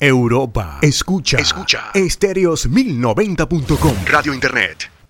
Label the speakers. Speaker 1: Europa. Escucha. Escucha. Estéreos 1090.com.
Speaker 2: Radio Internet.